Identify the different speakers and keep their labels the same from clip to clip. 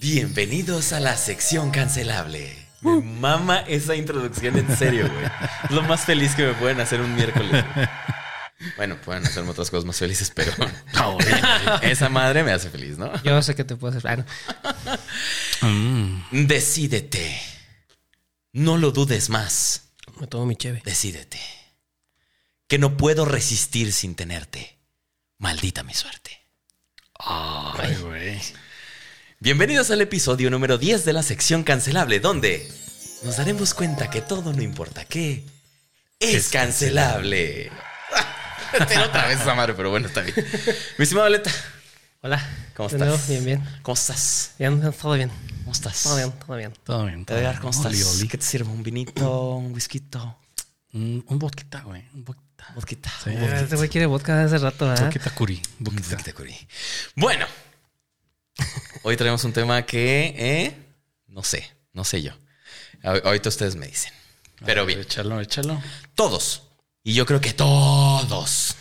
Speaker 1: Bienvenidos a la sección cancelable. Me mama esa introducción en serio, güey. Es lo más feliz que me pueden hacer un miércoles. güey. Bueno, pueden hacerme otras cosas más felices, pero no, güey. esa madre me hace feliz, ¿no?
Speaker 2: Yo sé que te puedo hacer. Ah, no.
Speaker 1: Mm. Decídete. No lo dudes más.
Speaker 2: Me tomo mi cheve.
Speaker 1: Decídete. Que no puedo resistir sin tenerte. Maldita mi suerte.
Speaker 3: Ay, güey.
Speaker 1: Bienvenidos al episodio número 10 de la sección cancelable, donde nos daremos cuenta que todo, no importa qué, es cancelable. Tiene otra vez esa madre, pero bueno, está bien. Mi estimado Aleta,
Speaker 2: Hola.
Speaker 1: ¿cómo
Speaker 2: De
Speaker 1: estás?
Speaker 2: nuevo, bien, bien.
Speaker 1: ¿Cómo estás?
Speaker 2: Bien, todo bien.
Speaker 1: ¿Cómo estás?
Speaker 2: Todo bien, todo bien.
Speaker 3: Todo bien. todo
Speaker 1: Edgar,
Speaker 3: bien.
Speaker 1: ¿cómo estás?
Speaker 3: Oli, oli.
Speaker 1: ¿Qué te sirvo? ¿Un vinito? ¿Un whisky?
Speaker 3: Un, un vodka, güey. Un vodka.
Speaker 1: ¿Vodka?
Speaker 3: Sí.
Speaker 1: Un
Speaker 2: Ah, Este güey quiere vodka hace rato, ¿verdad?
Speaker 3: Vodka curi. Vodka.
Speaker 1: vodka, Curi. Bueno, hoy traemos un tema que eh, no sé, no sé yo. A- Ahorita ustedes me dicen. Pero bien.
Speaker 3: Échalo, échalo.
Speaker 1: todos, y yo creo que todos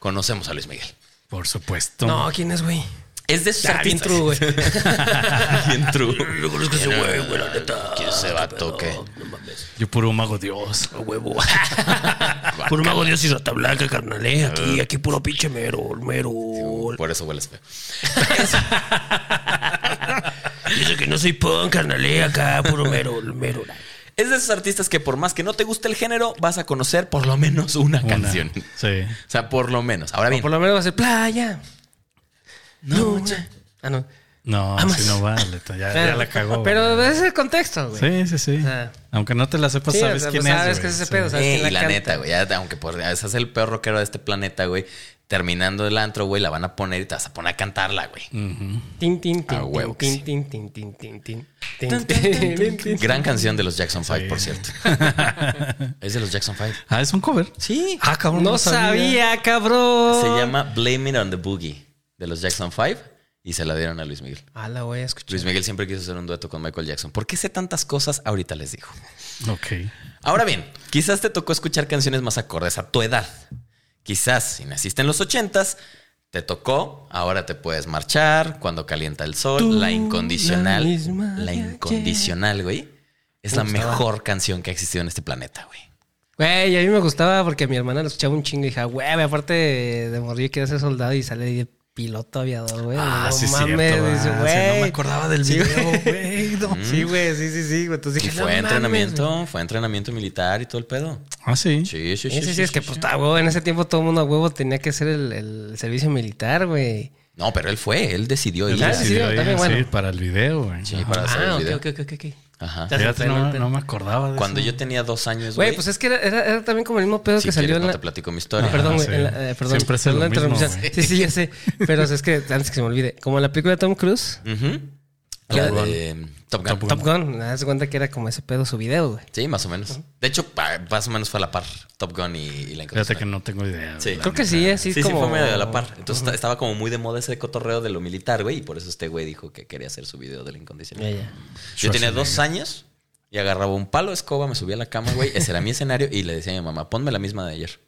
Speaker 1: conocemos a Luis Miguel.
Speaker 3: Por supuesto.
Speaker 2: No, ¿quién es, güey?
Speaker 1: Es de esos
Speaker 2: Está Ah, bien
Speaker 1: artistas.
Speaker 2: true, güey.
Speaker 1: Bien true. ¿Quién ah, se va a toque?
Speaker 3: Yo puro mago Dios.
Speaker 4: Huevo. Por un mago Dios y rata blanca, carnal. eh. Aquí, aquí puro pinche mero, mero.
Speaker 1: Por eso hueles feo.
Speaker 4: Dice que no soy punk, carnal. eh. Acá, puro mero, mero.
Speaker 1: Es de esos artistas que por más que no te guste el género, vas a conocer por lo menos una,
Speaker 3: Una.
Speaker 1: canción. O
Speaker 3: Sí.
Speaker 1: sea, por lo menos. Ahora bien,
Speaker 2: Por lo menos va a ser playa. Noche. Ah, no.
Speaker 3: No,
Speaker 2: Amas.
Speaker 3: si no va, Aleta, ya, ya la cagó.
Speaker 2: Pero ese es el contexto, güey.
Speaker 3: güey. Sí, sí, sí.
Speaker 2: Ah.
Speaker 3: Aunque no te la sepas,
Speaker 2: Sí,
Speaker 3: sabes
Speaker 2: o sea,
Speaker 3: quién
Speaker 2: pues,
Speaker 3: es.
Speaker 2: sabes
Speaker 3: güey.
Speaker 2: que es ese
Speaker 3: Sí.
Speaker 2: pedo, sabes
Speaker 1: Eh,
Speaker 2: quién la
Speaker 1: y la
Speaker 2: canta.
Speaker 1: neta, güey, ya, aunque por seas el peor rockero de este planeta, güey, terminando el antro, güey, la van a poner y te vas a poner a cantarla, güey.
Speaker 2: Mm.
Speaker 3: Ujú.
Speaker 2: Tin, tin, tin,
Speaker 1: A huevo que
Speaker 2: tin,
Speaker 1: sí.
Speaker 2: tin, tin, tin, tin, tin, tin, tin, tin, tin.
Speaker 1: Gran canción de los Jackson Five, por cierto. es de los Jackson Five.
Speaker 3: Ah, es un cover.
Speaker 1: Sí.
Speaker 3: Ah, cabrón.
Speaker 2: No sabía, cabrón.
Speaker 1: Se llama Blame It on the Boogie de los Jackson Five y se la dieron a Luis Miguel.
Speaker 2: Ah, la voy a escuchar.
Speaker 1: Luis Miguel siempre quiso hacer un dueto con Michael Jackson. ¿Por qué sé tantas cosas? Ahorita les digo.
Speaker 3: Ok.
Speaker 1: Ahora bien, quizás te tocó escuchar canciones más acordes a tu edad. Quizás si naciste en los ochentas, te tocó, ahora te puedes marchar, cuando calienta el sol,
Speaker 2: Tú,
Speaker 1: la incondicional.
Speaker 2: la
Speaker 1: La,
Speaker 2: misma de
Speaker 1: incondicional, güey. Es
Speaker 2: Me
Speaker 1: la
Speaker 2: gustaba.
Speaker 1: mejor canción que ha existido en este planeta, güey.
Speaker 2: Güey, a mí me gustaba porque mi hermana lo escuchaba un chingo y dije, "Ah, güey, aparte de, de morir quiero ser soldado y sale de piloto aviador, güey.
Speaker 3: Ah,
Speaker 2: no
Speaker 3: sí, es
Speaker 2: mames,
Speaker 3: cierto,
Speaker 2: dice,
Speaker 3: ah, sí,
Speaker 2: güey.
Speaker 3: no me acordaba del
Speaker 2: Sí,
Speaker 3: video,
Speaker 2: güey.
Speaker 3: güey, no.
Speaker 2: Sí, güey, sí, sí, sí. güey. Entonces
Speaker 1: Y
Speaker 2: dije,
Speaker 1: fue
Speaker 2: no mames,
Speaker 1: entrenamiento, fue entrenamiento militar y todo el pedo.
Speaker 3: Ah,
Speaker 1: Sí,
Speaker 3: sí.
Speaker 1: sí,
Speaker 2: güey.
Speaker 1: sí.
Speaker 2: Sí, sí,
Speaker 1: sí,
Speaker 2: sí, es
Speaker 1: sí,
Speaker 2: que,
Speaker 1: sí.
Speaker 2: pues, a huevo, en ese tiempo todo el mundo a huevo tenía que hacer el, el servicio militar, güey.
Speaker 1: No, pero él fue, él decidió
Speaker 3: Él
Speaker 1: ir.
Speaker 2: Ah, sí,
Speaker 3: decidió
Speaker 2: también,
Speaker 3: ir,
Speaker 2: bueno.
Speaker 3: sí, para el video, güey.
Speaker 1: Sí,
Speaker 3: Ajá.
Speaker 1: para hacer
Speaker 2: Ah,
Speaker 1: el
Speaker 2: ok,
Speaker 1: video.
Speaker 2: ok, ok, ok.
Speaker 3: Pues
Speaker 1: Ajá.
Speaker 2: Ya se
Speaker 3: Fíjate,
Speaker 2: me
Speaker 3: no,
Speaker 2: fue,
Speaker 3: no me acordaba de
Speaker 1: Cuando
Speaker 3: eso.
Speaker 1: yo tenía dos años, güey.
Speaker 2: Güey, pues es que era, era- era también como el mismo pedo
Speaker 1: si
Speaker 2: que salió
Speaker 1: quieres,
Speaker 2: en
Speaker 1: no
Speaker 2: la...
Speaker 1: te platico mi historia.
Speaker 2: Ah, perdón, güey.
Speaker 3: sí.
Speaker 2: en la- eh, perdón.
Speaker 3: Siempre es lo
Speaker 2: Perdón la
Speaker 3: mismo,
Speaker 2: interrupción.
Speaker 3: güey.
Speaker 2: Sí, sí, ya sé. Pero es que antes que se me olvide, como la película de Tom Cruise,
Speaker 1: Ujú. La
Speaker 3: Top Gun.
Speaker 1: de eh, Top Gun.
Speaker 3: Top Gun.
Speaker 2: Top Gun, me das cuenta que era como ese pedo su video, güey.
Speaker 1: Sí, más o menos. De hecho, pa- más o menos fue a la par Top Gun y, y la
Speaker 3: Fíjate que
Speaker 1: Incondicional.
Speaker 3: no tengo idea.
Speaker 1: Sí.
Speaker 3: güey, la
Speaker 2: Creo que
Speaker 3: neta.
Speaker 2: sí, eh, sí,
Speaker 1: Sí,
Speaker 2: es
Speaker 1: sí,
Speaker 2: como...
Speaker 1: fue medio a la par. Entonces esta- estaba como muy de moda ese cotorreo de lo militar, güey. Y por eso este güey dijo que quería hacer su video de la incondicional.
Speaker 2: Ya, ya.
Speaker 1: Yo tenía dos años y agarraba un palo de escoba, me subía a la cama, güey. Ese era mi escenario y le decía a mi mamá, ponme la misma de ayer.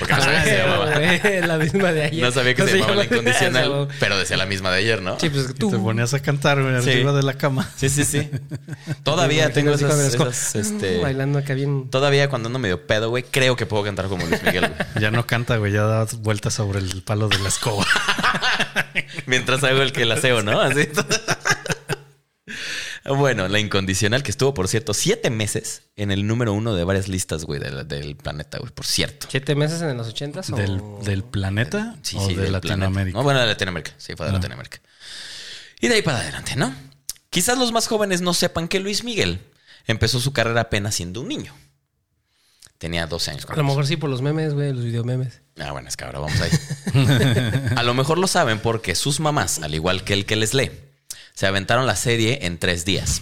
Speaker 1: Porque
Speaker 3: Ah,
Speaker 1: no sabía que se llamaba.
Speaker 2: Ah, Güey, la misma de ayer.
Speaker 1: No sabía que se llamaba la
Speaker 2: llama-
Speaker 1: incondicional, pero decía la misma de ayer, ¿no?
Speaker 2: Sí, pues
Speaker 3: Te
Speaker 2: tú...
Speaker 3: ponías a cantar, güey,
Speaker 1: Sí.
Speaker 3: arriba de la cama.
Speaker 1: Sí, sí, sí. Todavía
Speaker 2: Imagínate
Speaker 1: tengo
Speaker 2: así
Speaker 1: esas,
Speaker 2: cuando
Speaker 1: esas,
Speaker 2: eres co-
Speaker 1: este,
Speaker 2: Bailando acá bien...
Speaker 1: Todavía cuando ando medio pedo, güey, creo que puedo cantar como Luis Miguel, güey.
Speaker 3: Ya no canta, güey, ya da vueltas sobre el palo de la escoba.
Speaker 1: Mientras hago el que la aseo, ¿no? Así. Bueno, la incondicional que estuvo, por cierto, siete meses en el número uno de varias listas, güey, de la- del planeta, güey, por cierto.
Speaker 2: ¿Siete meses en los ochentas o...?
Speaker 3: ¿Del, del planeta
Speaker 1: Sí,
Speaker 3: o
Speaker 1: sí,
Speaker 3: de
Speaker 1: del planeta.
Speaker 3: Latinoamérica?
Speaker 1: No, bueno, de Latinoamérica. Sí, fue de
Speaker 3: Ah.
Speaker 1: Latinoamérica. Y de ahí para adelante, ¿no? Quizás los más jóvenes no sepan que Luis Miguel empezó su carrera apenas siendo un niño. Tenía 12 años.
Speaker 2: A
Speaker 1: cuando
Speaker 2: lo mejor sí por los memes, güey, los videomemes.
Speaker 1: Ah, bueno, es que ahora vamos ahí. a lo mejor lo saben porque sus mamás, al igual que el que les lee, se aventaron la serie en tres días.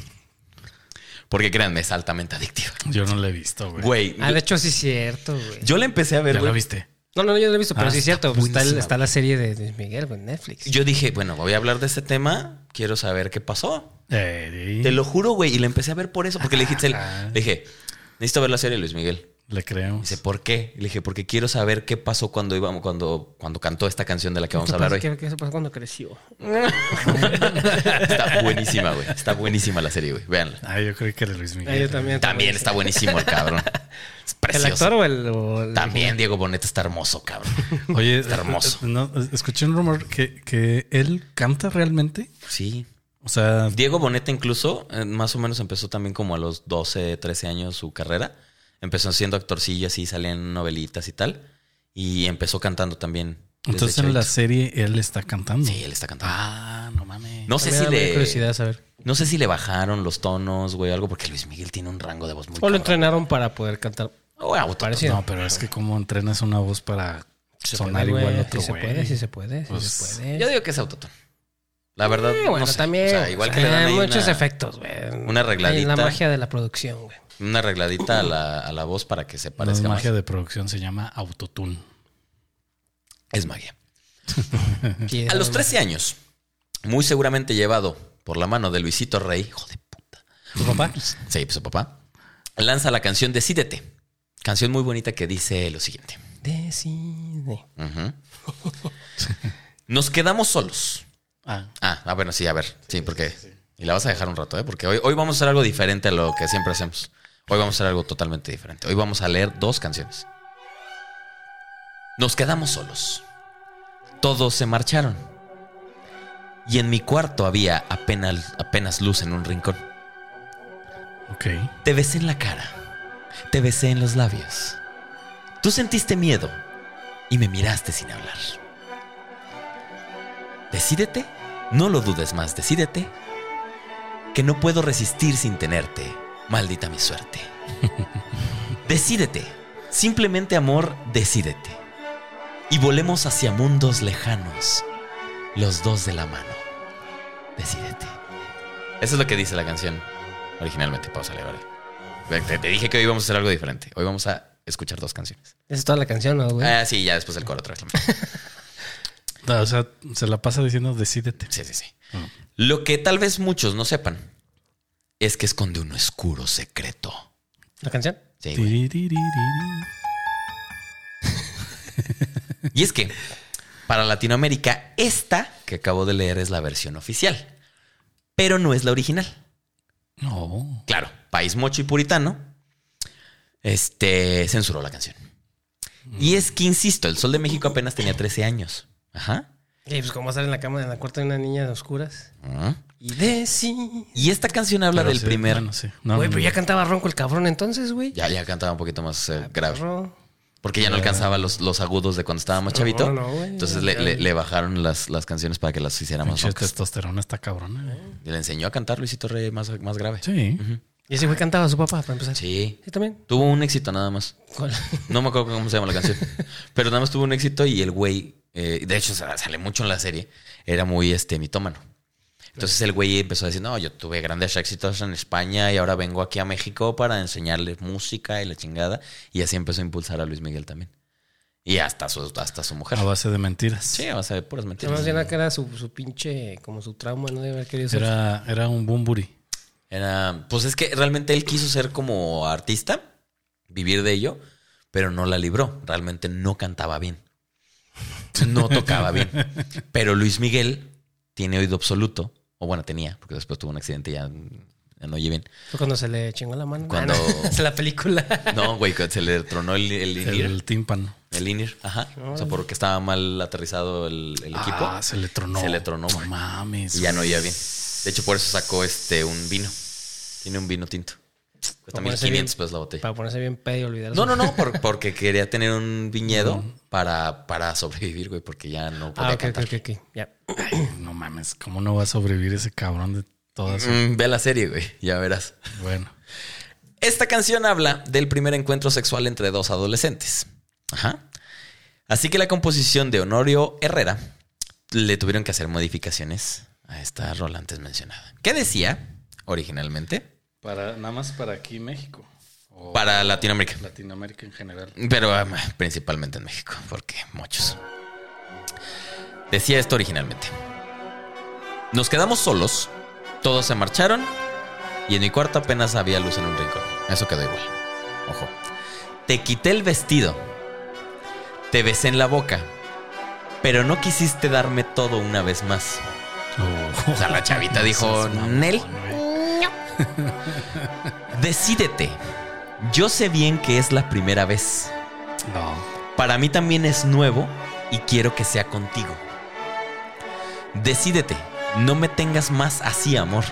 Speaker 1: Porque créanme, es altamente adictiva.
Speaker 3: Yo no la he visto, güey.
Speaker 1: Güey,
Speaker 2: Ah, de hecho sí es cierto, güey.
Speaker 1: yo la empecé a ver,
Speaker 3: ¿Ya la
Speaker 1: güey.
Speaker 3: viste?
Speaker 2: No, no, no, yo lo he visto, pero
Speaker 3: Ah,
Speaker 2: sí es
Speaker 3: está
Speaker 2: cierto. pues, Está, el-
Speaker 3: buenísima,
Speaker 2: está la serie de Luis Miguel, güey, en Netflix.
Speaker 1: Yo dije, bueno, voy a hablar de este tema, quiero saber qué pasó.
Speaker 3: Eh,
Speaker 1: Te lo juro, güey, y la empecé a ver por eso, porque le dije, le dije, necesito ver la serie de Luis Miguel.
Speaker 3: Le creemos.
Speaker 1: Dice, ¿por qué? Y le dije, porque quiero saber qué pasó cuando íbamos, cuando, cuando cantó esta canción de la que vamos a hablar hoy.
Speaker 2: ¿Qué, qué se pasó cuando creció?
Speaker 1: Está buenísima, güey. Está buenísima la serie, güey. Véanla.
Speaker 3: Ah, yo creo que era Luis Miguel.
Speaker 2: Ah, yo también.
Speaker 1: También está buenísimo el cabrón. Es
Speaker 2: ¿El
Speaker 1: precioso.
Speaker 2: actor o el...? o el-
Speaker 1: También Diego Boneta está hermoso, cabrón.
Speaker 3: Oye,
Speaker 1: Está hermoso.
Speaker 3: eh, No, eh, escuché un rumor que, que él canta realmente.
Speaker 1: Sí.
Speaker 3: O sea,
Speaker 1: Diego Boneta incluso, eh, más o menos empezó también como a los 12, 13 años su carrera. Empezó siendo actorcillo así, salían novelitas y tal. Y empezó cantando también. desde
Speaker 3: entonces en
Speaker 1: chavito.
Speaker 3: la serie él está
Speaker 2: Mm.
Speaker 3: cantando.
Speaker 1: Sí, él está cantando.
Speaker 3: Ah, no mames.
Speaker 1: no sé
Speaker 2: También
Speaker 1: si
Speaker 2: me da
Speaker 1: le...
Speaker 2: curiosidad saber.
Speaker 1: No sé si le bajaron los tonos, güey, algo, porque Luis Miguel tiene un rango de voz muy
Speaker 2: O lo
Speaker 1: cabrón.
Speaker 2: entrenaron para poder cantar.
Speaker 1: O autotune.
Speaker 2: Parece-
Speaker 3: No, pero es que como entrenas una voz para
Speaker 2: Se
Speaker 3: sonar
Speaker 2: puede, güey,
Speaker 3: igual a otro
Speaker 2: sí
Speaker 3: güey.
Speaker 2: se puede, sí se puede, sí
Speaker 3: Pues,
Speaker 2: se puede.
Speaker 1: Yo digo que es autotune. La verdad,
Speaker 2: Sí, bueno,
Speaker 1: no sé.
Speaker 2: también.
Speaker 1: O sea, igual que
Speaker 2: o
Speaker 1: le
Speaker 2: sea,
Speaker 1: dan ahí
Speaker 2: muchos
Speaker 1: una,
Speaker 2: efectos, güey.
Speaker 1: una arregladita.
Speaker 2: La magia de la producción, güey.
Speaker 1: una arregladita a la, a la voz para que se
Speaker 3: No es
Speaker 1: parezca más.
Speaker 3: magia de producción, se llama autotune.
Speaker 1: Es magia.
Speaker 2: Quiero-
Speaker 1: A los 13 años, muy seguramente llevado por la mano de Luisito Rey, hijo de puta.
Speaker 3: ¿Tu papá?
Speaker 1: Sí, pues su papá. Lanza la canción Decídete. Canción muy bonita que dice lo siguiente.
Speaker 2: Decide.
Speaker 1: Ujú. Nos quedamos solos.
Speaker 3: Ah,
Speaker 1: Ah, ah, bueno, sí, a ver. Sí, porque. Y la vas a dejar un rato, ¿eh? Porque hoy, hoy vamos a hacer algo diferente a lo que siempre hacemos. Hoy vamos a hacer algo totalmente diferente. Hoy vamos a leer dos canciones. Nos quedamos solos. Todos se marcharon. Y en mi cuarto había apenas, apenas luz en un rincón.
Speaker 3: ok.
Speaker 1: Te besé en la cara. Te besé en los labios. Tú sentiste miedo y me miraste sin hablar. Decídete, no lo dudes más, decídete. Que no puedo resistir sin tenerte. Maldita mi suerte. decídete. Simplemente amor, decídete. Y volemos hacia mundos lejanos, los dos de la mano. Decídete. Eso es lo que dice la canción originalmente. Pausa, vale. Ve, Te, te dije que hoy íbamos a hacer algo diferente. Hoy vamos a escuchar dos canciones.
Speaker 2: Esa es toda la canción, ¿no, güey?
Speaker 1: Ah, sí, ya después el coro otra vez.
Speaker 3: No, o sea, se la pasa diciendo decídete.
Speaker 1: Sí, sí, sí.
Speaker 3: Mm.
Speaker 1: Lo que tal vez muchos no sepan es que esconde un oscuro secreto.
Speaker 2: ¿La canción?
Speaker 1: Sí, güey.
Speaker 3: Tiririri.
Speaker 1: Y es que para Latinoamérica, esta que acabo de leer es la versión oficial, pero no es la original.
Speaker 3: No.
Speaker 1: claro, país mocho y puritano, este, censuró la canción. Y es que, insisto, el Sol de México apenas tenía 13 años. Ajá.
Speaker 2: Y pues como sale en la cama en la cuarta de una niña de oscuras.
Speaker 1: Ajá.
Speaker 2: Y decide.
Speaker 1: Y esta canción habla
Speaker 3: Ah. Pero
Speaker 1: del
Speaker 3: sí,
Speaker 1: primer...
Speaker 3: bueno, sí. No,
Speaker 2: Güey,
Speaker 3: no,
Speaker 2: pero
Speaker 3: no.
Speaker 2: ya cantaba ronco el cabrón entonces, güey.
Speaker 1: Ya, ya cantaba un poquito más
Speaker 2: Ah,
Speaker 1: eh,
Speaker 2: pues,
Speaker 1: grave.
Speaker 2: Perro.
Speaker 1: Porque ya no alcanzaba los, los agudos de cuando estaba más
Speaker 2: No,
Speaker 1: chavito.
Speaker 2: no, güey.
Speaker 1: Entonces le, le- le bajaron las, las canciones para que las hiciera más
Speaker 3: Pinche
Speaker 1: roncas.
Speaker 3: testosterona está cabrona. eh.
Speaker 1: Y le enseñó a cantar Luisito Rey más, más grave.
Speaker 3: Sí.
Speaker 2: Y ese güey cantaba a su papá, para empezar.
Speaker 1: Sí.
Speaker 2: Sí, también.
Speaker 1: Tuvo un éxito nada más.
Speaker 2: ¿Cuál?
Speaker 1: No me acuerdo cómo se llama la canción. Pero nada más tuvo un éxito y el güey, eh, de hecho sa- sale mucho en la serie, era muy este mitómano. Entonces el güey empezó a decir, no, yo tuve grandes éxitos en España y ahora vengo aquí a México para enseñarles música y la chingada. Y así empezó a impulsar a Luis Miguel también. Y hasta su, hasta su mujer.
Speaker 3: A base de mentiras.
Speaker 1: Sí, vas a ver puras
Speaker 2: Se me
Speaker 1: mentiras.
Speaker 2: hacía que era su, su pinche, como su trauma, ¿no? De haber querido ser.
Speaker 3: Era, era un bumburi.
Speaker 1: Era, pues es que realmente él quiso ser como artista, vivir de ello, pero no la libró. Realmente no cantaba bien. No tocaba bien. Pero Luis Miguel tiene oído absoluto, o bueno, tenía, porque después tuvo un accidente y ya, ya no oye bien.
Speaker 2: Fue Pues cuando se le chingó la mano.
Speaker 1: Cuando-
Speaker 2: Ah, no. Es la película.
Speaker 1: No, güey, que se le tronó el, el
Speaker 3: El,
Speaker 1: in-ear.
Speaker 3: tímpano.
Speaker 1: El in-ear, ajá. O sea, porque estaba mal aterrizado el, el equipo.
Speaker 3: Ah, se le tronó.
Speaker 1: Se le tronó,
Speaker 3: No
Speaker 1: güey.
Speaker 3: mames.
Speaker 1: Y ya no oía bien. De hecho, por eso sacó este un vino. Tiene un vino tinto. Cuesta
Speaker 2: Para ponerse
Speaker 1: 1500
Speaker 2: bien-
Speaker 1: pesos la botella.
Speaker 2: Para ponerse bien pedo y olvidar
Speaker 1: No,
Speaker 2: su-
Speaker 1: no, no, por- porque quería tener un viñedo para, para sobrevivir, güey, porque ya no podía
Speaker 2: Ah, ok, ok,
Speaker 1: cantar.
Speaker 2: ok, ok. Ya.
Speaker 3: No mames. ¿Cómo no va a sobrevivir ese cabrón de todas? sus-
Speaker 1: Mm, ve la serie, güey, ya verás.
Speaker 3: Bueno.
Speaker 1: Esta canción habla del primer encuentro sexual entre dos adolescentes. Ajá. Así que la composición de Honorio Herrera le tuvieron que hacer modificaciones a esta rola antes mencionada. ¿Qué decía originalmente?
Speaker 3: Para, nada más para aquí México. O
Speaker 1: Para Latinoamérica.
Speaker 3: Latinoamérica en general.
Speaker 1: Pero ah, principalmente en México, porque muchos. Decía esto originalmente. Nos quedamos solos, todos se marcharon y en mi cuarto apenas había luz en un rincón. Eso quedó igual. Ojo. Te quité el vestido. Te besé en la boca. Pero no quisiste darme todo una vez más. O sea, la chavita dijo, Nel, decídete. Yo sé bien que es la primera vez.
Speaker 3: No.
Speaker 1: Para mí también es nuevo y quiero que sea contigo. Decídete, no me tengas más así, amor.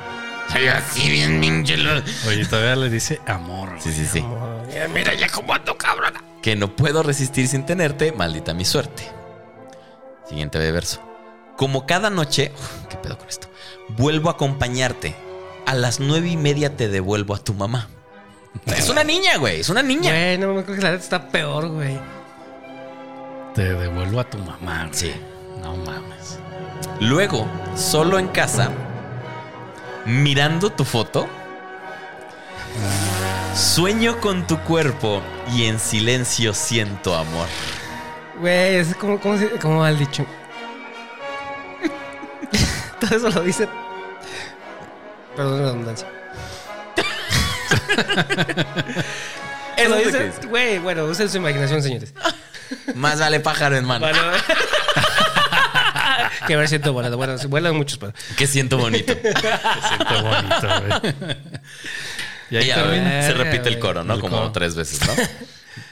Speaker 4: Ay, así bien, Mingelo.
Speaker 3: Oye, todavía le dice amor.
Speaker 1: Sí, sí, sí.
Speaker 4: Mira, mira ya cómo ando, cabrón.
Speaker 1: Que no puedo resistir sin tenerte, maldita mi suerte. Siguiente verso. Como cada noche, Uf, ¿qué pedo con esto? Vuelvo a acompañarte. A las nueve y media te devuelvo a tu mamá. Es una niña, güey. Es una niña.
Speaker 2: Güey, no me creo que la neta está peor, güey.
Speaker 3: Te devuelvo a tu mamá. güey.
Speaker 1: Sí.
Speaker 3: No mames.
Speaker 1: Luego, solo en casa, mirando tu foto, sueño con tu cuerpo y en silencio siento amor.
Speaker 2: Güey, es como, como, si- como mal dicho. Todo eso lo dice. Perdón la redundancia.
Speaker 1: Eso
Speaker 2: lo
Speaker 1: es lo que
Speaker 2: dice. Güey, bueno, usen su imaginación, señores.
Speaker 1: dice. Más vale pájaro en mano.
Speaker 2: que a ver siento volado. Bueno, se vuelan muchos, pero.
Speaker 1: Que siento bonito.
Speaker 3: Se siente bonito, güey. Y ahí
Speaker 1: Ya,
Speaker 3: termina.
Speaker 1: güey, se
Speaker 2: Verga,
Speaker 1: repite el
Speaker 2: güey.
Speaker 1: coro, ¿no?
Speaker 3: El
Speaker 1: Como
Speaker 3: coro.
Speaker 1: tres veces, ¿no?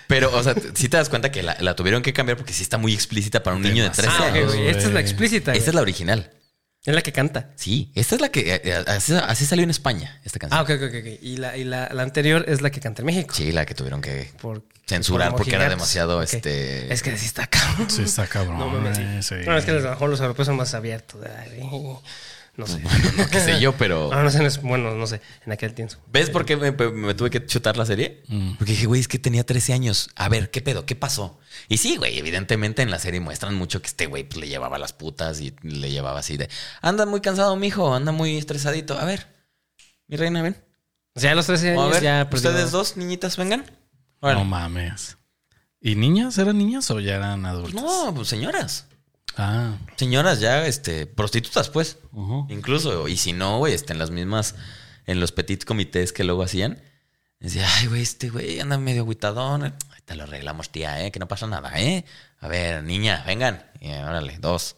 Speaker 1: Pero, o sea, si te das cuenta que la, la tuvieron que cambiar porque sí está muy explícita para un niño de 13
Speaker 3: Demasiado.
Speaker 2: Ah, ok,
Speaker 1: años.
Speaker 2: güey. Esta es la
Speaker 3: güey.
Speaker 2: explícita.
Speaker 1: Esta es
Speaker 2: güey.
Speaker 1: la original.
Speaker 2: Es la que canta.
Speaker 1: Sí, esta es la que. eh, eh, Así, así salió en España, esta canción.
Speaker 2: Ah, ok, ok, ok. ok. Y, la, y la, la anterior es la que canta en México.
Speaker 1: Sí, la que tuvieron que
Speaker 2: Ah. Por-
Speaker 1: censurar
Speaker 2: por
Speaker 1: porque era
Speaker 2: mojigatos.
Speaker 1: demasiado
Speaker 2: Ok.
Speaker 1: este.
Speaker 2: Es que sí está cabrón.
Speaker 3: Sí, está cabrón.
Speaker 2: No mames, sí.
Speaker 3: güey, eh, sí.
Speaker 2: Bueno, es que a lo mejor los europeos son más abiertos. ay, No sé.
Speaker 1: no qué sé yo, pero.
Speaker 2: Ah, no sé, no es- bueno, no sé, en aquel tiempo.
Speaker 1: ¿Ves por qué me, me tuve que chutar la serie?
Speaker 3: Mm.
Speaker 1: Porque dije, güey, es que tenía 13 años. A ver, ¿qué pedo? ¿Qué pasó? Y sí, güey, evidentemente en la serie muestran mucho que este güey pues, le llevaba las putas y le llevaba así de, anda muy cansado, mijo, anda muy estresadito. A ver, mi reina, ven.
Speaker 2: O sea, a los 13
Speaker 1: O a
Speaker 2: años
Speaker 1: ver,
Speaker 2: ya perdió.
Speaker 1: ustedes dos niñitas, vengan. Órale.
Speaker 3: No mames. ¿Y niñas? ¿Eran niñas o ya eran
Speaker 1: Pues
Speaker 3: adultas?
Speaker 1: no, pues, señoras.
Speaker 3: Ah.
Speaker 1: Señoras ya, este, prostitutas, pues.
Speaker 3: ujú.
Speaker 1: Incluso, y si no, güey, está en las mismas, en los petit comités que luego hacían. Decía, ay, güey, este güey anda medio aguitadón. Ay, Te lo arreglamos, tía, ¿eh? Que no pasa nada, ¿eh? A ver, niña, vengan. Y, órale, dos.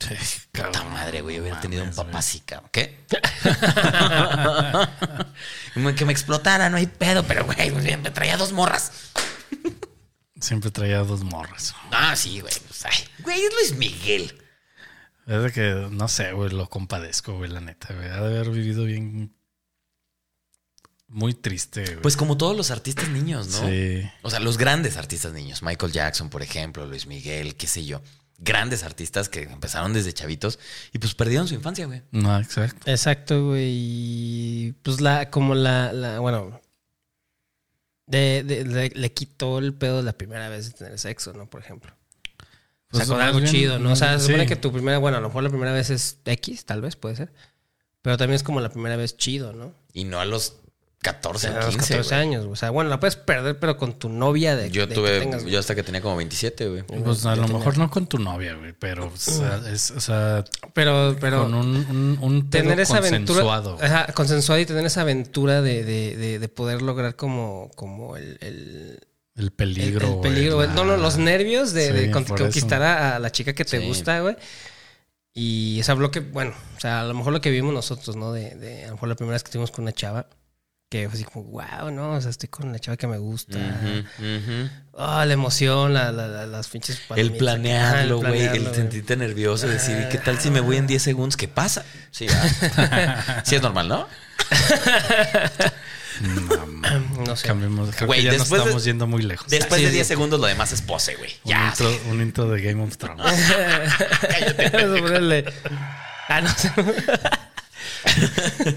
Speaker 3: Sí,
Speaker 1: Puta
Speaker 3: cabrón.
Speaker 1: madre, güey, hubiera
Speaker 3: mames,
Speaker 1: tenido un papá
Speaker 3: güey.
Speaker 1: así, cabrón. ¿Qué? Como que me explotara, no hay pedo, pero, güey, me traía dos morras.
Speaker 3: Siempre traía dos morras.
Speaker 1: Ah, sí, güey. pues, ay, güey, es Luis Miguel.
Speaker 3: Es de que, no sé, güey, lo compadezco, güey, la neta, güey. Ha de haber vivido bien. Muy triste, güey.
Speaker 1: Pues como todos los artistas niños, ¿no?
Speaker 3: Sí.
Speaker 1: O sea, los grandes artistas niños, Michael Jackson, por ejemplo, Luis Miguel, qué sé yo, grandes artistas que empezaron desde chavitos y pues perdieron su infancia, güey.
Speaker 3: No, exacto.
Speaker 2: Exacto, güey. y Pues la, como la, la bueno. De, de- le- le quitó el pedo de la primera vez de tener sexo, ¿no? Por ejemplo. O sea,
Speaker 3: Pues,
Speaker 2: con
Speaker 3: más
Speaker 2: algo
Speaker 3: bien,
Speaker 2: chido, ¿no? O sea, se supone
Speaker 3: sí.
Speaker 2: que tu primera, bueno, a lo mejor la primera vez es X, tal vez, puede ser. Pero también es como la primera vez chido, ¿no?
Speaker 1: Y no a los 14,
Speaker 2: a los
Speaker 1: 15.
Speaker 2: 14
Speaker 1: güey.
Speaker 2: años, güey. o sea, bueno, la puedes perder, pero con tu novia de
Speaker 1: Yo
Speaker 2: de
Speaker 1: tuve,
Speaker 2: que tengas, güey.
Speaker 1: yo hasta que tenía como 27, güey.
Speaker 3: Pues a lo mejor no con tu novia, güey, pero, o sea, es, o sea
Speaker 2: Pero, pero
Speaker 3: con un, un, un pedo
Speaker 2: tener esa
Speaker 3: consensuado.
Speaker 2: aventura. eh, Ajá, consensuado y tener esa aventura de, de, de, de poder lograr como, como el, el,
Speaker 3: El
Speaker 2: el-
Speaker 3: peligro,
Speaker 2: el peligro.
Speaker 3: güey,
Speaker 2: güey. No, no, los
Speaker 3: la-
Speaker 2: nervios de, de
Speaker 3: Sí,
Speaker 2: con-
Speaker 3: por
Speaker 2: conquistar a, a la chica que te
Speaker 1: Sí.
Speaker 2: gusta, güey. Y o sea, lo que, bueno, o sea, a lo mejor lo que vimos nosotros, ¿no? De, de a lo mejor la primera vez que estuvimos con una chava. Que fue así como, wow, no, o sea, estoy con la chava que me gusta.
Speaker 1: Ujú, ujú.
Speaker 2: Ah, la emoción, la, la- la- las pinches
Speaker 1: El
Speaker 2: palomitas.
Speaker 1: planearlo,
Speaker 2: Ajá,
Speaker 1: güey, el
Speaker 2: planearlo,
Speaker 1: sentirte nervioso, decir, ¿qué tal si me voy en 10 segundos? ¿Qué pasa? Sí, ah. sí es normal, ¿no?
Speaker 3: No, mames.
Speaker 2: No sé.
Speaker 3: Cambiemos, creo
Speaker 1: Güey,
Speaker 3: que ya nos
Speaker 1: después de-
Speaker 3: estamos yendo muy lejos.
Speaker 1: Después
Speaker 2: sí,
Speaker 1: de
Speaker 2: sí.
Speaker 1: 10 segundos lo demás es pose, güey.
Speaker 3: un,
Speaker 1: Ya,
Speaker 3: intro, un intro de Game of Thrones.
Speaker 2: Vamos a ponerle. Ah, no sé.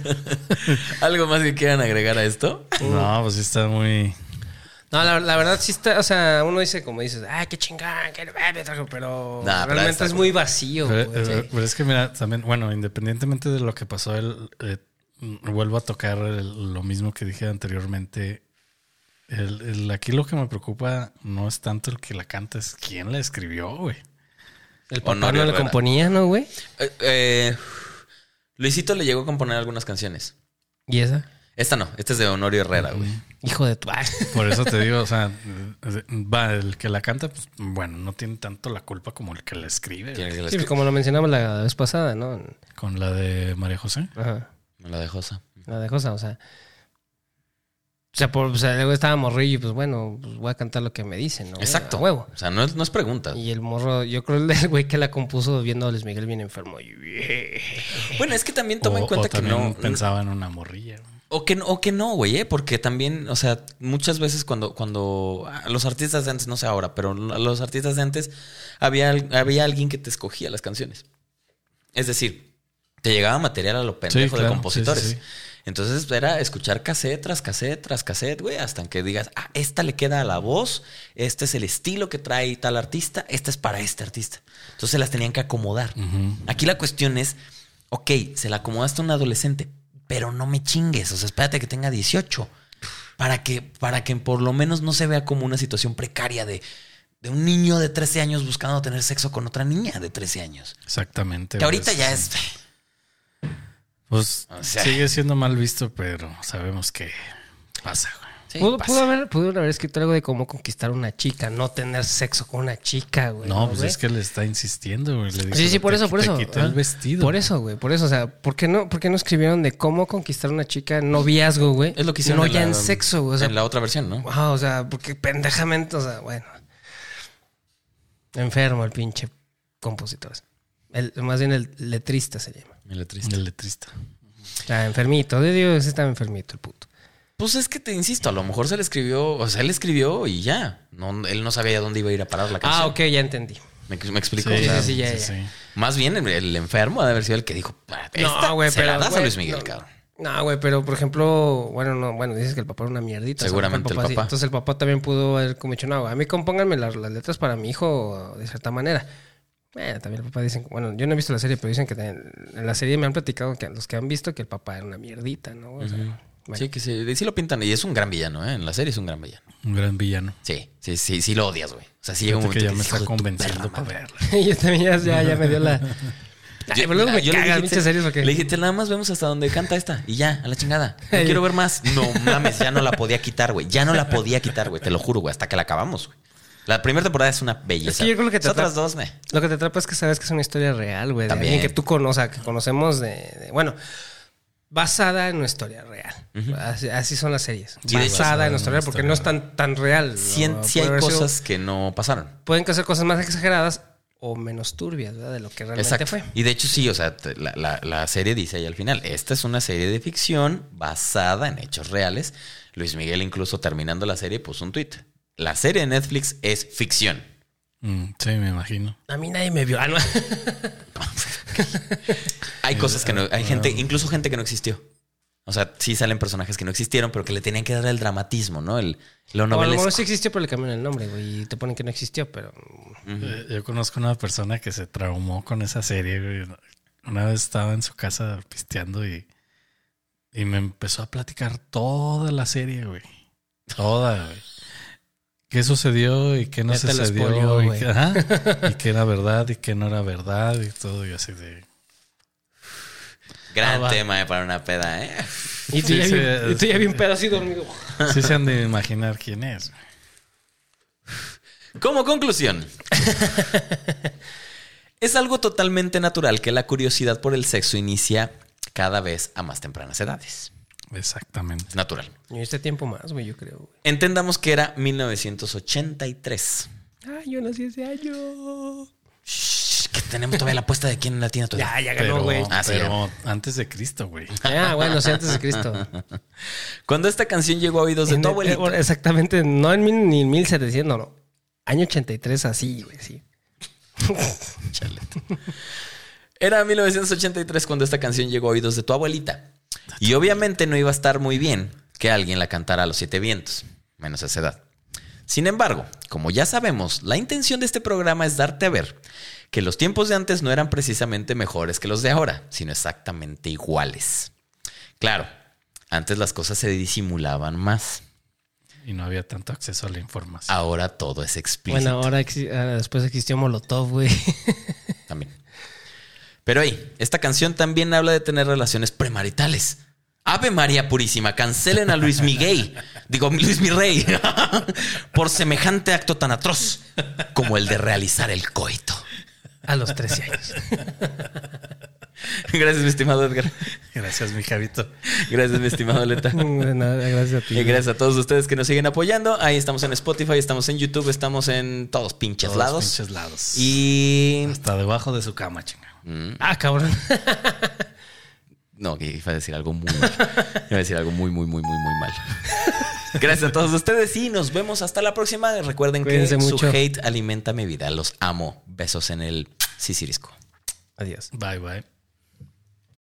Speaker 1: ¿Algo más que quieran agregar a esto?
Speaker 3: no, pues sí está muy...
Speaker 2: No, la, la verdad sí está, o sea, uno dice como dices, ay, qué chingón, qué me trajo, pero
Speaker 1: Nah, pero
Speaker 2: realmente
Speaker 1: está
Speaker 2: es muy vacío.
Speaker 3: Pero,
Speaker 2: güey.
Speaker 3: eh, pero es que mira, también, bueno, independientemente de lo que pasó, el, eh, mm, vuelvo a tocar el- lo mismo que dije anteriormente. El- el- aquí lo que me preocupa no es tanto el que la canta, es quién la escribió, güey.
Speaker 2: El papá
Speaker 1: Honorio
Speaker 2: no le
Speaker 1: Herrera.
Speaker 2: componía, ¿no, güey?
Speaker 1: Eh, eh, Luisito le llegó a componer algunas canciones.
Speaker 2: ¿Y esa?
Speaker 1: Esta no, esta es de Honorio Herrera, güey.
Speaker 2: Hijo de tu. Ah,
Speaker 3: Por eso te digo, o sea, va, el que la canta, pues, bueno, no tiene tanto la culpa como el que la escribe.
Speaker 1: ¿Quién es el
Speaker 2: sí,
Speaker 1: escri-
Speaker 2: como lo mencionamos la vez pasada, ¿no?
Speaker 3: Con la de María José.
Speaker 2: Ajá.
Speaker 1: Me la dejó esa.
Speaker 2: La de cosa, o sea. O sea, por, o sea, luego estaba morrillo y pues bueno, pues voy a cantar lo que me dicen, ¿no?
Speaker 1: Exacto.
Speaker 2: A huevo.
Speaker 1: O sea, no es, no es pregunta.
Speaker 2: Y el morro, yo creo el del güey que la compuso viendo a Luis Miguel bien enfermo. y-
Speaker 1: Bueno, es que también toma en
Speaker 3: O-
Speaker 1: cuenta
Speaker 3: o
Speaker 1: que
Speaker 3: también
Speaker 1: no.
Speaker 3: Pensaba en una morrilla.
Speaker 1: O que, o que no, güey, ¿eh? porque también, o sea, muchas veces cuando, cuando ah, los artistas de antes, no sé ahora, pero los artistas de antes, había, al- había alguien que te escogía las canciones. Es decir, te llegaba material a lo pendejo
Speaker 3: claro,
Speaker 1: de
Speaker 3: sí,
Speaker 1: compositores.
Speaker 3: sí, sí.
Speaker 1: Entonces era escuchar cassette tras cassette tras cassette, güey, hasta que digas, ah, esta le queda a la voz, este es el estilo que trae tal artista, esta es para este artista. Entonces se las tenían que acomodar.
Speaker 3: Ujú.
Speaker 1: Aquí la cuestión es, ok, se la acomodaste a un adolescente, pero no me chingues, o sea, espérate que tenga 18, para que, para que por lo menos no se vea como una situación precaria de, de un niño de 13 años buscando tener sexo con otra niña de 13 años.
Speaker 3: Exactamente.
Speaker 1: Que ahorita
Speaker 3: pues,
Speaker 1: ya es...
Speaker 3: Pues
Speaker 1: O sea.
Speaker 3: sigue siendo mal visto, pero sabemos que pasa, güey.
Speaker 1: Sí,
Speaker 2: pudo,
Speaker 1: pasa.
Speaker 2: pudo haber, pudieron haber escrito algo de cómo conquistar una chica, no tener sexo con una chica, güey.
Speaker 3: No, pues
Speaker 2: güey?
Speaker 3: es que le está insistiendo, güey. Le dijo,
Speaker 2: Sí, sí, por
Speaker 3: "Te-
Speaker 2: eso, por
Speaker 3: te
Speaker 2: eso.
Speaker 3: quité
Speaker 2: Ah,
Speaker 3: el vestido.
Speaker 2: Por eso, güey, por eso. O sea, ¿por qué no, por qué no escribieron de cómo conquistar una chica noviazgo, güey?
Speaker 1: Es lo que hicieron
Speaker 2: No
Speaker 1: en
Speaker 2: ya
Speaker 1: la-
Speaker 2: en sexo, güey. O sea,
Speaker 1: en la otra versión, ¿no?
Speaker 2: Ajá, o sea, porque pendejamente, o sea, bueno. Enfermo el pinche compositor. El, más bien el letrista se llama.
Speaker 1: El letrista.
Speaker 3: El letrista.
Speaker 2: Está enfermito, de Dios, está enfermito el puto.
Speaker 1: Pues es que te insisto, a lo mejor se le escribió, o sea, él escribió y ya. No, él no sabía a dónde iba a ir a parar la canción.
Speaker 2: Ah, ok, ya entendí.
Speaker 1: ¿Me, me explico?
Speaker 2: Sí,
Speaker 1: O sea,
Speaker 2: sí, sí, ya, ya.
Speaker 1: Más bien el, el enfermo ha de haber sido el que dijo, esta
Speaker 2: No, güey,
Speaker 1: se la
Speaker 2: pero,
Speaker 1: das a
Speaker 2: güey,
Speaker 1: Luis Miguel,
Speaker 2: no.
Speaker 1: cabrón.
Speaker 2: No, güey, pero por ejemplo, bueno, no, bueno, dices que el papá era una mierdita. o sea,
Speaker 1: Seguramente el
Speaker 2: sí.
Speaker 1: papá.
Speaker 2: entonces el papá también pudo haber como dicho, no, güey, a mí compónganme las, las letras para mi hijo de cierta manera. Bueno, también el papá dicen, bueno, yo no he visto la serie, pero dicen que también- en la serie me han platicado que los que han visto que el papá era una mierdita, ¿no? O sea, bueno.
Speaker 1: Sí, que sí, y sí lo pintan. Y es un gran villano, ¿eh? En la serie es un gran villano.
Speaker 3: Un gran villano.
Speaker 1: Sí, sí, sí, sí lo odias, güey. O sea, sí llega un momento
Speaker 3: Fíjate que ya
Speaker 1: que
Speaker 3: me
Speaker 1: dices,
Speaker 3: está
Speaker 1: "Hijo de tu perra
Speaker 3: convenciendo para
Speaker 1: madre".
Speaker 3: verla.
Speaker 2: yo también ya, ya, ya me dio la. Ay, pero luego me
Speaker 1: yo le
Speaker 2: cagas,
Speaker 1: dije,
Speaker 2: pinches series, ¿o qué?
Speaker 1: Le dije, "Te nada más vemos hasta donde canta esta. Y ya, a la chingada. No quiero ver más. No mames, ya no la podía quitar, güey. Ya no la podía quitar, güey. Te lo juro, güey. Hasta que la acabamos, güey. La primera temporada es una belleza.
Speaker 2: Es que yo creo que te
Speaker 1: Las otras
Speaker 2: atrapa-
Speaker 1: dos, me.
Speaker 2: Lo que te atrapa es que sabes que es una historia real, güey. de
Speaker 1: También.
Speaker 2: alguien que tú conoces, que conocemos de, de- Bueno, basada en una historia real. así, así son las series.
Speaker 1: Sí, de hecho,
Speaker 2: basada en una historia real, porque no es tan, tan real.
Speaker 1: Sí, en-
Speaker 2: ¿no?
Speaker 1: sí
Speaker 2: Ah, Puede
Speaker 1: hay
Speaker 2: haber sido-
Speaker 1: cosas que no pasaron.
Speaker 2: pueden hacer cosas más exageradas o menos turbias, ¿verdad? De lo que realmente
Speaker 1: Exacto.
Speaker 2: fue.
Speaker 1: Y de hecho, sí, o sea, te- la, la- la serie dice ahí al final: esta es una serie de ficción basada en hechos reales. Luis Miguel, incluso terminando la serie, puso un tweet. La serie de Netflix es ficción.
Speaker 3: Mm, sí, me imagino.
Speaker 2: A mí nadie me vio. Ah, no.
Speaker 1: Hay cosas que no. Hay gente, incluso gente que no existió. O sea, sí salen personajes que no existieron, pero que le tenían que dar el dramatismo, ¿no? El, lo
Speaker 2: O a lo mejor
Speaker 1: novelesco.
Speaker 2: sí existió, pero le cambiaron el nombre, güey. Y te ponen que no existió, pero.
Speaker 3: Eh, Yo conozco una persona que se traumó con esa serie, güey. Una vez estaba en su casa pisteando y, y me empezó a platicar toda la serie, güey. Toda, güey. ¿Qué sucedió y qué no
Speaker 2: Ya te lo
Speaker 3: sucedió?
Speaker 2: spoileó,
Speaker 3: y,
Speaker 2: güey.
Speaker 3: qué, ajá, y qué era verdad y qué no era verdad y todo. Y así de.
Speaker 1: Gran
Speaker 3: Ah, va.
Speaker 1: tema eh, para una peda, ¿eh?
Speaker 2: Y tú,
Speaker 3: Sí,
Speaker 2: ya,
Speaker 3: sí,
Speaker 2: bien, y tú
Speaker 3: es-
Speaker 2: ya bien pedo así dormido.
Speaker 3: Sí se han de imaginar quién es. güey.
Speaker 1: Como conclusión. es algo totalmente natural que la curiosidad por el sexo inicia cada vez a más tempranas edades.
Speaker 3: Exactamente.
Speaker 1: Es natural.
Speaker 2: Y este tiempo más, güey, yo creo, güey.
Speaker 1: Entendamos que era 1983.
Speaker 2: Ah, yo nací ese año.
Speaker 1: Shh, que tenemos todavía la apuesta de quién la tiene todavía.
Speaker 2: Ya, ya ganó,
Speaker 3: Pero,
Speaker 2: güey.
Speaker 1: Ah, sí,
Speaker 3: pero antes de Cristo, güey.
Speaker 2: Ah, bueno, sí, antes de Cristo.
Speaker 1: Cuando esta canción llegó a oídos de
Speaker 2: En
Speaker 1: tu
Speaker 2: el-
Speaker 1: abuelita,
Speaker 2: eh, exactamente, no en mil, ni en 1700, no, no. Año 83, así, güey, sí.
Speaker 1: Chale. Era 1983 cuando esta canción llegó a oídos de tu abuelita. Y obviamente no iba a estar muy bien que alguien la cantara a los siete vientos, menos a esa edad. Sin embargo, como ya sabemos, la intención de este programa es darte a ver que los tiempos de antes no eran precisamente mejores que los de ahora, sino exactamente iguales. Claro, antes las cosas se disimulaban más.
Speaker 3: Y no había tanto acceso a la información.
Speaker 1: Ahora todo es explícito.
Speaker 2: Bueno, ahora, exi- ahora después existió Molotov, güey.
Speaker 1: También. Pero hey, esta canción también habla de tener relaciones premaritales. Ave María Purísima, cancelen a Luis Miguel, digo Luis Mirrey, por semejante acto tan atroz como el de realizar el coito.
Speaker 2: A los 13 años.
Speaker 1: Gracias, mi estimado Edgar.
Speaker 3: Gracias, mi Javito.
Speaker 1: Gracias, mi estimado Leta.
Speaker 2: De nada, gracias a ti.
Speaker 1: Y gracias a todos ustedes que nos siguen apoyando. Ahí estamos en Spotify, estamos en YouTube, estamos en todos pinches
Speaker 3: Todos
Speaker 1: lados.
Speaker 3: pinches lados.
Speaker 1: Y.
Speaker 3: Hasta debajo de su cama, chinga.
Speaker 2: Ah, cabrón.
Speaker 1: No, que iba a decir algo muy mal. Iba a decir algo muy, muy, muy, muy, muy mal. Gracias a todos ustedes y nos vemos hasta la próxima. Recuerden
Speaker 2: Cuídense
Speaker 1: que su
Speaker 2: mucho.
Speaker 1: hate alimenta mi vida. Los amo. Besos en el sisirisco.
Speaker 2: Adiós.
Speaker 3: Bye, bye.